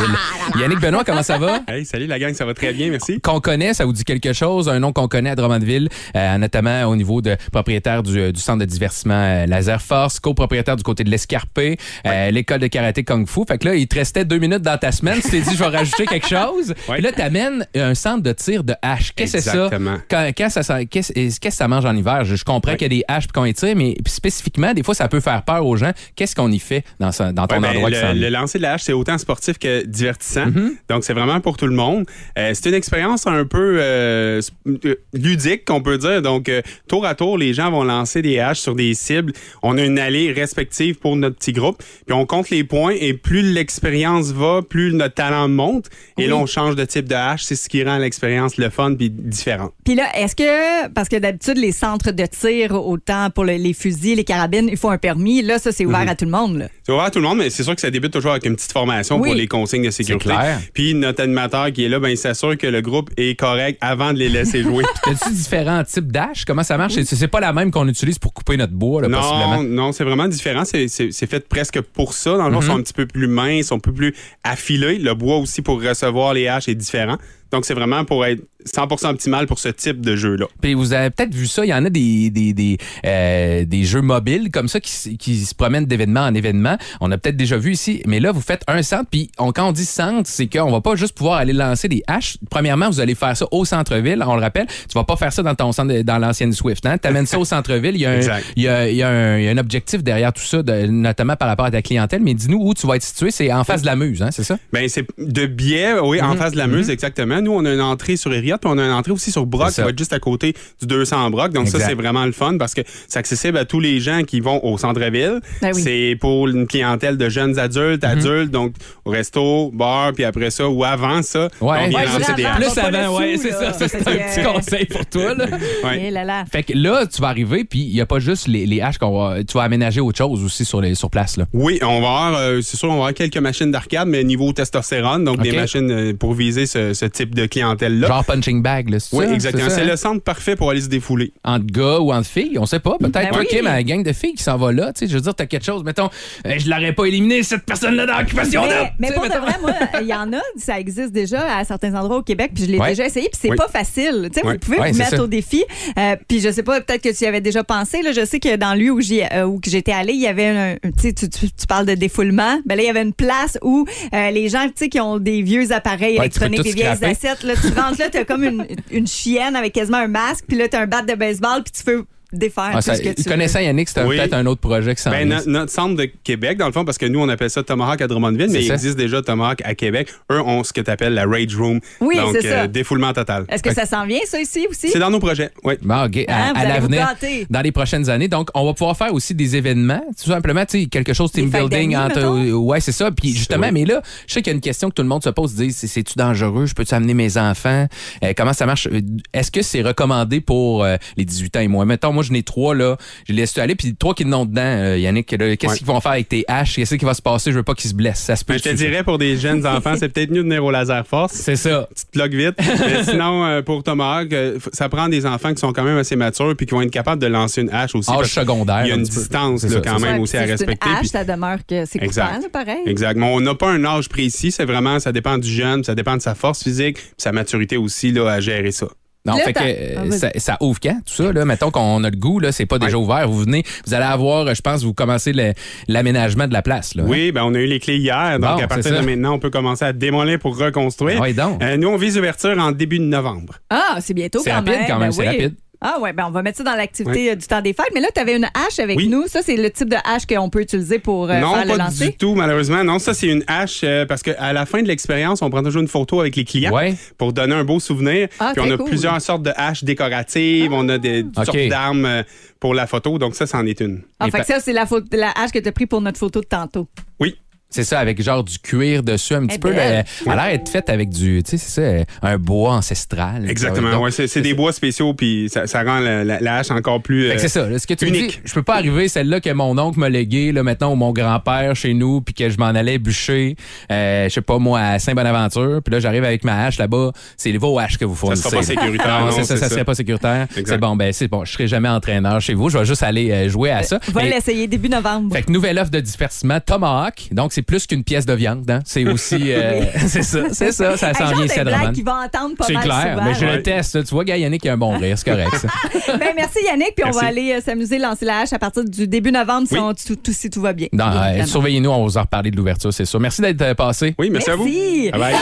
S3: Yannick Benoît, comment ça va?
S6: Hey, salut la gang, ça va très bien, merci.
S3: Qu'on connaît, ça vous dit quelque chose, un nom qu'on connaît à Drummondville, euh, notamment au niveau de propriétaire du, du centre de divertissement euh, Laser Force, copropriétaire du côté de l'Escarpé, euh, l'école de karaté Kung Fu. Fait que là, il te restait deux minutes dans ta semaine, tu t'es dit, je vais rajouter quelque chose.
S6: Ouais.
S3: Puis là, t'amènes un centre de tir de hache. Qu'est-ce que c'est ça?
S6: Exactement.
S3: Quand- quand ça sent- Qu'est-ce qu'est-ce que ça mange en hiver? Je, je comprends
S6: Ouais.
S3: qu'il y a des haches puis qu'on les tire, mais spécifiquement, des fois, ça peut faire peur aux gens. Qu'est-ce qu'on y fait dans, ce- dans ton
S6: Ouais, ben,
S3: endroit? qui s'en- Mm-hmm.
S6: le, le lancer de la hache, c'est autant sportif que divertissant. Donc, c'est vraiment pour tout le monde. Euh, c'est une expérience un peu euh, s- euh, ludique, qu'on peut dire. Donc, euh, tour à tour, les gens vont lancer des haches sur des cibles. On a une allée respective pour notre petit groupe. Puis, on compte les points. Et plus l'expérience va, plus notre talent monte. Et là, on change de type de hache. C'est ce qui rend l'expérience le fun puis différente.
S4: Puis là, est-ce que, parce que d'habitude, les centres de tir, autant pour le- les fusils, les carabines, il faut un permis. Là, ça, c'est ouvert
S3: Mm-hmm.
S4: à tout le monde. là.
S6: C'est ouvert à tout le monde, mais c'est sûr que ça débute toujours avec une petite formation
S4: Oui.
S6: pour les consignes de sécurité.
S3: clair.
S6: Puis notre animateur qui est là, ben, il s'assure que le groupe est correct avant de les laisser jouer.
S3: T'as-tu différents types d'âge? Comment ça marche? C'est- C'est pas la même qu'on utilise pour couper notre bois, là,
S6: non,
S3: possiblement.
S6: non, c'est vraiment différent. C'est- C'est c'est fait presque pour ça. Dans le fond, ils sont
S3: Mhm.
S6: un petit peu plus minces, sont un peu plus affilés. Le bois aussi pour recevoir les haches est différent. Donc, c'est vraiment pour être 100% optimal pour ce type de jeu-là.
S3: Puis vous avez peut-être vu ça, il y en a des, des, des, euh, des jeux mobiles comme ça qui, s- qui se promènent d'événement en événement. On a peut-être déjà vu ici, mais là, vous faites un centre, puis on, quand on dit centre, c'est qu'on va pas juste pouvoir aller lancer des haches. Premièrement, vous allez faire ça au centre-ville, on le rappelle. Tu vas pas faire ça dans ton centre, de- dans l'ancienne Swift. Hein? Tu ça au centre-ville, il y, a un,
S6: Exact.
S3: il, y a, il y a un, il y a un objectif derrière tout ça, de- notamment par rapport à ta clientèle, mais dis-nous où tu vas être situé, c'est en face de la muse, hein, c'est ça?
S6: Ben c'est de biais, oui,
S3: Mhm.
S6: en face de la muse, exactement. Nous, on a une entrée sur Ériot, puis on a une entrée aussi sur Brock,
S3: C'est ça.
S6: qui va être juste à côté du 200 Brock. Donc
S3: Exact.
S6: ça, c'est vraiment le fun parce que c'est accessible à tous les gens qui vont au centre-ville.
S4: Ben oui.
S6: C'est pour une clientèle de jeunes adultes,
S3: Mhm.
S6: adultes, donc au resto, bar, puis après ça, ou avant ça. on vient
S4: Ouais,
S6: lancer
S4: vraiment.
S6: des haches.
S3: plus
S4: On va pas
S3: avant, ouais,
S4: là-dessous,
S3: c'est ça.
S4: là.
S3: ça,
S4: Parce
S3: c'est un
S4: que-
S3: petit conseil pour toi, là.
S6: Ouais.
S4: Eh là là.
S3: Fait que là, tu vas arriver, puis il n'y a pas juste les, les haches qu'on va. Tu vas aménager autre chose aussi sur, les, sur place, là.
S6: Oui, on va avoir, euh, c'est sûr, on va avoir quelques machines d'arcade, mais niveau testostérone, donc
S3: Ok.
S6: des machines euh, pour viser ce, ce type de clientèle-là.
S3: Genre punching bag, là. c'est
S6: oui,
S3: ça,
S6: exactement.
S3: ça,
S6: C'est
S3: hein?
S6: le centre parfait pour aller se défouler.
S3: Entre gars ou entre filles, on sait pas. Peut-être,
S4: Ben
S3: OK,
S4: oui.
S3: mais la gang de filles qui s'en va là, tu sais, je veux dire, t'as quelque chose. Mettons, euh, je l'aurais pas éliminé, cette personne-là, dans l'occupation d'Occupation Double,
S4: Mais, mais
S3: tu sais,
S4: pour de
S3: mettons.
S4: vrai, moi, il y en a, ça existe déjà à certains endroits au Québec, puis je l'ai
S3: Ouais.
S4: déjà essayé, puis c'est
S6: Oui.
S4: pas facile. Tu sais,
S6: Ouais.
S4: Vous pouvez
S3: Ouais,
S4: vous
S3: c'est
S4: mettre
S3: ça.
S4: au défi. Euh, puis je sais pas, peut-être que tu y avais déjà pensé. Là, je sais que dans lui où j'y- euh, où que j'étais allée, il y avait un, un- tu, sais, tu, tu- tu parles de défoulement. Ben là, il y avait une place où euh, les gens tu sais, qui ont des vieux appareils
S3: Ouais, tu peux
S4: électroniques,
S3: tout
S4: des vieilles
S3: scraper.
S4: assiettes, là, tu rentres là, t'as comme une, une chienne avec quasiment un masque, puis là, t'as un bat de baseball, puis tu peux défaire
S3: Ah,
S4: tout
S3: ça-
S4: ce que tu veux.
S3: connaissant Yannick, c'est un-
S6: Oui.
S3: peut-être un autre projet qui s'en
S6: Ben,
S3: vient.
S6: no- notre centre de Québec, dans le fond, parce que nous, on appelle ça Tomahawk à Drummondville,
S3: C'est
S6: mais il
S3: ça.
S6: existe déjà Tomahawk à Québec. Eux ont ce que tu appelles la Rage Room.
S4: Oui,
S6: Donc, euh,
S4: c'est ça.
S6: défoulement total.
S4: Est-ce que ça s'en vient, ça, ici aussi?
S6: C'est dans nos projets, oui.
S3: Bon, OK, à,
S4: Hein, vous
S3: à
S4: allez vous
S3: l'avenir,
S4: gâter.
S3: dans les prochaines années. Donc, on va pouvoir faire aussi des événements, tout simplement, tu sais, quelque chose team
S4: Des fêtes
S3: building.
S4: d'amis, mettons.
S3: ouais, c'est ça. Puis justement,
S6: oui.
S3: mais là, je sais qu'il y a une question que tout le monde se pose, dire, c'est- c'est-tu dangereux? Je peux-tu amener mes enfants? Euh, comment ça marche? Euh, Est-ce que c'est recommandé pour euh, les 18 ans et moins? Mettons, moi, je n'ai trois, là. Je les laisse aller, puis trois qui n'ont dedans, euh, Yannick. là, Qu'est-ce
S6: Ouais.
S3: qu'ils vont faire avec tes haches? Qu'est-ce qui va se passer? Je veux pas qu'ils se blessent. Ça se peut.
S6: Ben, je te dirais, pour des jeunes enfants, c'est peut-être mieux de venir au Laser Force.
S3: C'est ça.
S6: Tu te plugues vite. Mais sinon, euh, pour Tomahawk, euh, f- ça prend des enfants qui sont quand même assez matures puis qui vont être capables de lancer une hache aussi.
S3: Âge
S6: parce que
S3: secondaire,
S6: Il y a
S3: un
S6: une
S3: petit peu.
S6: distance
S3: C'est
S6: là,
S3: ça,
S6: quand
S3: c'est
S6: même
S4: Ouais,
S6: aussi
S4: puis
S6: à
S4: si c'est
S6: respecter.
S4: Une hache,
S6: puis-
S4: ça demeure que c'est coupant,
S6: Exact.
S4: là, pareil.
S6: Exact. Mais on n'a pas un âge précis. C'est vraiment, ça dépend du jeune, ça dépend de sa force physique, puis sa maturité aussi là, à gérer ça.
S3: Non,
S4: Le
S3: fait que
S4: temps.
S3: euh,
S4: Ah, vas-y.
S3: ça, ça ouvre quand tout ça là, mettons qu'on a le goût là, c'est pas déjà ouvert, vous venez, vous allez avoir euh, je pense vous commencez le- l'aménagement de la place là.
S6: Oui, ben on a eu les clés hier, donc
S3: Bon,
S6: à
S3: c'est
S6: partir
S3: ça.
S6: de maintenant, on peut commencer à démolir pour reconstruire.
S3: Ah oui, donc.
S6: Euh, nous, on vise ouverture en début de novembre.
S4: Ah, c'est bientôt
S3: C'est
S4: quand
S3: rapide,
S4: même.
S3: quand même,
S4: Ben
S3: c'est
S4: oui.
S3: rapide.
S4: Ah ouais, ben on va mettre ça dans l'activité euh, du temps des fêtes. Mais là, tu avais une hache avec
S6: Oui.
S4: nous. Ça, c'est le type de hache qu'on peut utiliser pour euh,
S6: non,
S4: faire le
S6: pas du
S4: lancer.
S6: tout, malheureusement. Non, ça, c'est une hache euh, parce qu'à la fin de l'expérience, on prend toujours une photo avec les clients
S3: Ouais.
S6: pour donner un beau souvenir.
S4: Ah,
S6: Puis
S4: très
S6: on a
S4: cool.
S6: plusieurs sortes de haches décoratives, on a
S3: Ah.
S6: des
S3: Ok.
S6: toutes sortes d'armes euh, pour la photo, donc ça, c'en est une.
S4: Ah,
S3: Mais
S4: fait que ça, c'est la, faute- la hache que tu as pris pour notre photo de tantôt.
S6: Oui.
S3: C'est ça, avec genre du cuir dessus un petit
S4: Elle
S3: peu.
S4: est
S3: là,
S4: belle.
S3: elle a l'air d'être faite avec du, tu sais, c'est ça, un bois ancestral.
S6: Exactement.
S3: Ah Donc,
S6: ouais, c'est c'est des bois spéciaux, puis ça, ça rend la, la- la hache encore plus.
S3: fait que
S6: euh,
S3: c'est ça. là, ce que tu me dis,
S6: unique.
S3: je peux pas arriver celle-là que mon oncle m'a léguée là, maintenant ou mon grand-père chez nous, puis que je m'en allais bûcher, euh, je sais pas moi, à Saint-Bonaventure, puis là j'arrive avec ma hache là-bas, c'est vos haches que vous fournissez.
S6: ça sera pas
S3: là.
S6: sécuritaire.
S3: Non,
S6: non,
S3: c'est ça,
S6: c'est
S3: ça
S6: ça.
S3: serait pas sécuritaire.
S6: Exact.
S3: C'est bon, ben c'est bon, je serai jamais entraîneur chez vous, je vais juste aller euh, jouer à ça.
S4: Va
S3: Mais-
S4: l'essayer début novembre.
S3: fait que nouvelle offre de divertissement, Tomahawk. Donc, c'est plus qu'une pièce de viande. Hein? C'est aussi... euh, c'est ça, c'est ça. Ça
S4: Hey,
S3: s'en
S4: genre
S3: vient,
S4: des
S3: Cédric
S4: blagues
S3: Roman.
S4: qui va entendre pas
S3: C'est
S4: mal
S3: clair,
S4: souvent.
S3: mais je
S6: ouais.
S3: le teste. là. Tu vois, gars, Yannick a un bon rire, c'est correct. ça.
S4: Ben, merci Yannick, puis on
S6: Merci.
S4: va aller euh, s'amuser, lancer la hache à partir du début novembre si,
S6: Oui.
S4: on- tout, tout- si tout va bien.
S3: Non, euh,
S4: Évidemment.
S3: Surveillez-nous, on va vous en reparler de l'ouverture, c'est sûr. Merci d'être euh, passé.
S6: Oui, merci, à vous.
S4: Merci.
S6: Bye bye.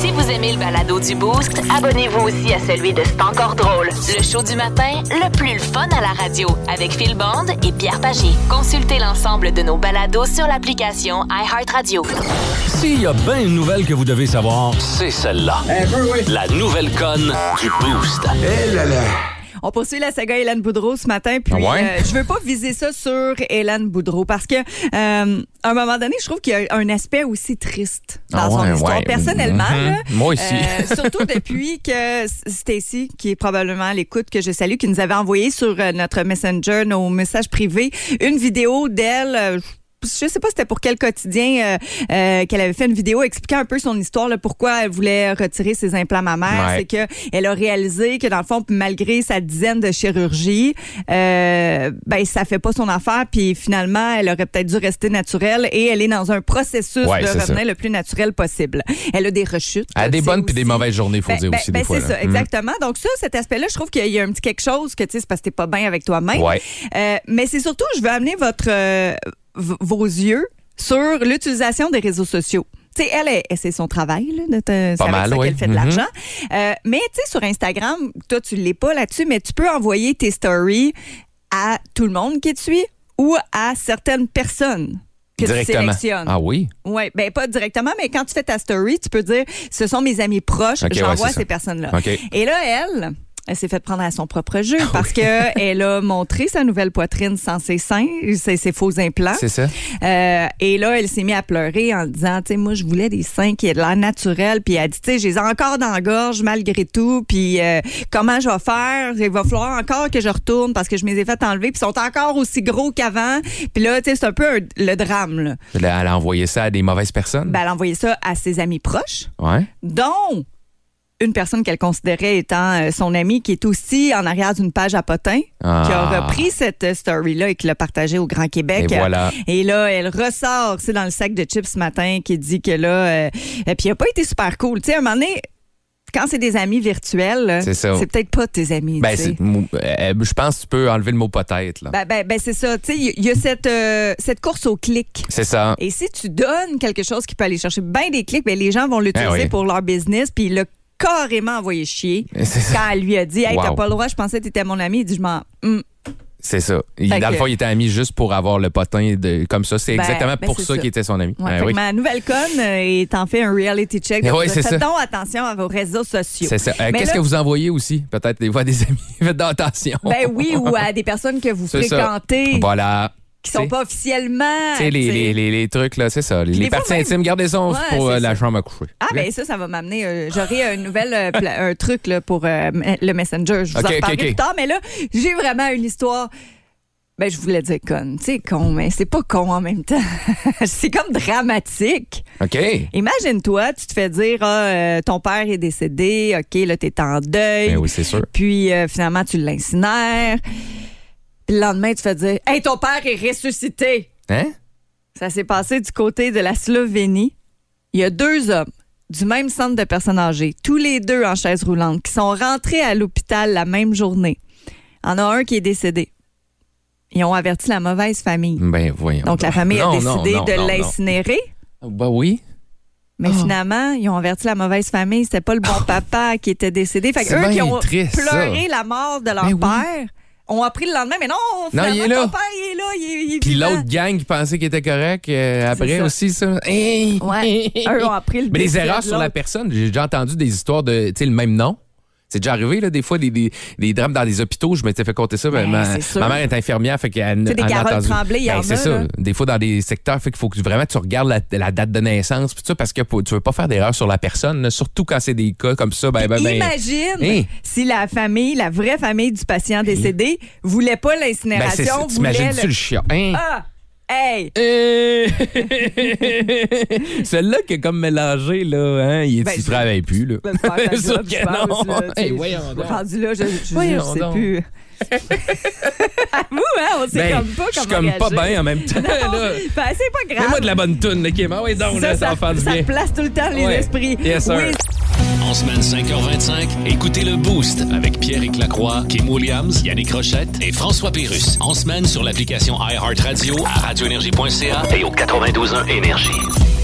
S1: Si vous aimez le balado du Boost, abonnez-vous aussi à celui de C'est encore drôle. Le show du matin, le plus le fun à la radio, avec Phil Bond et Pierre Pagé. Consultez l'ensemble de nos balados sur l'application iHeartRadio.
S7: S'il y a bien une nouvelle que vous devez savoir, c'est celle-là. La nouvelle conne du Boost.
S4: On poursuit la saga Hélène Boudreau ce matin, puis
S3: Ah ouais?
S4: euh, je veux pas viser ça sur Hélène Boudreau parce que euh, à un moment donné, je trouve qu'il y a un aspect aussi triste dans
S3: Ah ouais,
S4: son histoire.
S3: ouais.
S4: Personnellement,
S3: Mhm.
S4: là,
S3: Moi aussi.
S4: euh, surtout depuis que Stacy, qui est probablement à l'écoute que je salue, qui nous avait envoyé sur euh, notre Messenger, nos messages privés, une vidéo d'elle. euh, je sais pas c'était pour quel quotidien euh, euh, qu'elle avait fait une vidéo expliquant un peu son histoire, là, pourquoi elle voulait retirer ses implants mammaires.
S3: Ouais.
S4: C'est que elle a réalisé que dans le fond, malgré sa dizaine de chirurgies, euh, ben ça fait pas son affaire. Puis finalement, elle aurait peut-être dû rester naturelle et elle est dans un processus
S3: Ouais,
S4: de
S3: c'est
S4: revenir
S3: ça.
S4: le plus naturel possible. Elle a des rechutes.
S3: À des
S4: c'est
S3: bonnes puis des
S4: aussi-
S3: mauvaises journées, faut
S4: Ben,
S3: dire
S4: ben,
S3: aussi
S4: ben,
S3: des fois.
S4: c'est
S3: là.
S4: ça,
S3: Mm.
S4: exactement. Donc ça, cet aspect-là, je trouve qu'il y a un petit quelque chose que tu sais, c'est parce que t'es pas bien avec toi-même.
S3: Ouais.
S4: Euh, mais c'est surtout, je veux amener votre euh, v- vos yeux sur l'utilisation des réseaux sociaux. Tu sais, elle, elle, elle, c'est son travail, là, de te- c'est avec
S3: mal,
S4: ça
S3: ouais.
S4: qu'elle fait de
S3: Mhm.
S4: l'argent. Euh, mais tu sais, sur Instagram, toi, tu l'es pas là-dessus, mais tu peux envoyer tes stories à tout le monde qui te suit ou à certaines personnes que tu
S3: Directement.
S4: sélectionnes.
S3: Ah oui?
S4: Oui, ben pas directement, mais quand tu fais ta story, tu peux dire ce sont mes amis proches,
S3: Ok, ouais,
S4: j'envoie
S3: c'est ça.
S4: ces personnes-là.
S3: OK. Ah
S4: Et là, elle, elle s'est fait prendre à son propre jeu parce que elle a montré sa nouvelle poitrine sans ses seins, ses, ses faux implants.
S3: C'est ça.
S4: Euh, et là, elle s'est mise à pleurer en disant, tu sais, moi, je voulais des seins qui aient de l'air naturel. Puis elle dit, tu sais, j'ai encore dans la gorge malgré tout. Puis euh, comment je vais faire? Il va falloir encore que je retourne parce que je me les ai fait enlever. Puis ils sont encore aussi gros qu'avant. Puis là, tu sais, c'est un peu un- le drame. Là.
S3: Elle a elle a envoyé ça à des mauvaises personnes.
S4: Ben, elle envoyait ça à ses amis proches
S3: ouais.
S4: dont une personne qu'elle considérait étant euh, son amie, qui est aussi en arrière d'une page à potin,
S3: Ah.
S4: qui a repris cette euh, story-là et qui l'a partagée au Grand Québec.
S3: Et voilà.
S4: Et là, elle ressort, c'est dans le sac de chips ce matin, qui dit que là, euh, et puis elle n'a pas été super cool. Tu sais, à un moment donné, quand c'est des amis virtuels,
S3: C'est ça.
S4: c'est peut-être pas tes amis.
S3: Ben,
S4: tu sais.
S3: c'est- mou- euh, je pense que tu peux enlever le mot peut-être. là.
S4: Ben, ben, ben, c'est ça. Tu sais, il y a cette, euh, cette course au clic.
S3: C'est ça.
S4: Et si tu donnes quelque chose qui peut aller chercher bien des clics, ben les gens vont l'utiliser
S3: Eh oui.
S4: pour leur business, puis il l'a carrément envoyé chier
S3: C'est ça.
S4: quand elle lui a dit Hey,
S3: Wow.
S4: t'as pas le droit, je pensais que t'étais mon ami. Il dit Je m'en. hum.
S3: C'est ça. Il-
S4: Fait
S3: dans le
S4: que-
S3: fond, il était ami juste pour avoir le potin de, comme ça. C'est
S4: Ben,
S3: exactement
S4: ben,
S3: pour
S4: c'est
S3: ça,
S4: ça.
S3: qu'il était son ami.
S4: Ouais,
S3: Ben
S4: fait que
S3: oui.
S4: Ma nouvelle conne euh, est en fait un reality check.
S3: Eh
S4: Donc,
S3: oui, c'est ça.
S4: Faites donc attention à vos réseaux sociaux.
S3: C'est ça. Euh,
S4: Mais
S3: Qu'est-ce
S4: là-
S3: que vous envoyez aussi? Peut-être des fois des amis. Faites attention.
S4: Ben oui, ou à des personnes que vous
S3: C'est ça.
S4: fréquentez,
S3: Voilà.
S4: qui sont
S3: T'sais.
S4: pas officiellement.
S3: Tu sais, les,
S4: t'sais.
S3: les, les, les trucs, là, c'est ça. Les,
S4: des
S3: les
S4: fois
S3: parties
S4: même-
S3: intimes, gardez ça
S4: Ouais,
S3: pour euh,
S4: c'est
S3: la
S4: ça.
S3: chambre à coucher.
S4: Ah
S3: Là.
S4: ben ça, ça va m'amener. euh, J'aurai une nouvelle euh, pla- un truc là, pour euh, m- le Messenger. Je vous
S3: Ok, ok,
S4: en reparlerai
S3: ok.
S4: plus tard. Mais là, j'ai vraiment une histoire. Ben je voulais dire conne. Tu sais, con, mais c'est pas con en même temps. c'est comme dramatique.
S3: OK. Ben
S4: Imagine-toi, tu te fais dire, ah, euh, ton père est décédé, ok, là, t'es en deuil.
S3: Ben oui, c'est sûr.
S4: Puis euh, finalement, tu l'incinères. Puis le lendemain, tu te fais dire, hey, ton père est ressuscité.
S3: Hein?
S4: Ça s'est passé du côté de la Slovénie. Il y a deux hommes du même centre de personnes âgées, tous les deux en chaise roulante, qui sont rentrés à l'hôpital la même journée. Il y en a un qui est décédé. Ils ont averti la mauvaise famille.
S3: Ben voyons.
S4: Donc la famille a
S3: Non, non,
S4: décidé
S3: non,
S4: de
S3: non,
S4: l'incinérer.
S3: non. Ben oui.
S4: Mais finalement, ils ont averti la mauvaise famille. C'était pas le bon papa qui était décédé. Fait que
S3: Oh. C'est
S4: eux
S3: bien
S4: qui ont
S3: triste,
S4: pleuré la mort de leur
S3: Mais oui.
S4: père ont appris le lendemain. Mais non, finalement,
S3: il est là.
S4: ton père, il est là. Il est, il est
S3: Puis
S4: vivant.
S3: l'autre gang qui pensait qu'il était correct euh, après
S4: ça.
S3: aussi, ça. Hey!
S4: Ouais, eux ont appris le
S3: Mais les
S4: décès de
S3: erreurs sur la
S4: l'autre.
S3: personne, j'ai déjà entendu des histoires de, tu sais, le même nom. C'est déjà arrivé, là, des fois, des, des, des drames dans des hôpitaux. Je m'étais fait compter ça. ben,
S4: Ben,
S3: ma,
S4: c'est sûr.
S3: ma mère est infirmière, fait qu'elle
S4: Tu sais, des
S3: en a
S4: Carole
S3: entendu.
S4: Tremblay, il y en
S3: Ben,
S4: a,
S3: C'est ça.
S4: là.
S3: Des fois, dans des secteurs, fait qu'il faut que tu- vraiment tu regardes la, la date de naissance, puis tout ça, parce que pour- tu veux pas faire d'erreur sur la personne, là, surtout quand c'est des cas comme ça. Ben, ben, ben,
S4: Imagine
S3: Hey.
S4: si la famille, la vraie famille du patient décédé, voulait pas
S3: ben, c'est ça.
S4: l'incinération, voulait
S3: T'imagines-tu le chien? Hein?
S4: Ah! Hey!
S3: Euh, Celle-là qui est comme mélangée, là, hein, il
S4: Ben,
S3: ne
S4: je-
S3: travaille plus, là.
S4: Je peux faire ta
S3: Sûr
S4: job,
S3: que
S4: je pense,
S3: non.
S4: là, tu
S3: Hey,
S4: sais,
S3: voyons
S4: je-
S3: donc.
S4: Rendu là, je, je- je
S3: Voyons
S4: sais
S3: donc.
S4: plus. Avoue, hein, on sait
S3: Ben,
S4: comme pas
S3: je suis
S4: comment
S3: comme pas
S4: réagir.
S3: bien en même temps, là.
S4: Ben, c'est pas grave.
S3: Mets-moi de la bonne toune, là, Kim. Ah ouais, donc, là, ça, va faire du
S4: ça
S3: bien.
S4: place tout le temps les
S3: Ouais.
S4: esprits.
S3: Yes, sir.
S4: Oui,
S2: En semaine 5h25, écoutez le Boost avec Pierre Lacroix, Kim Williams, Yannick Rochette et François Pérus. En semaine sur l'application iHeartRadio à radioénergie.ca et au 92.1 Énergie.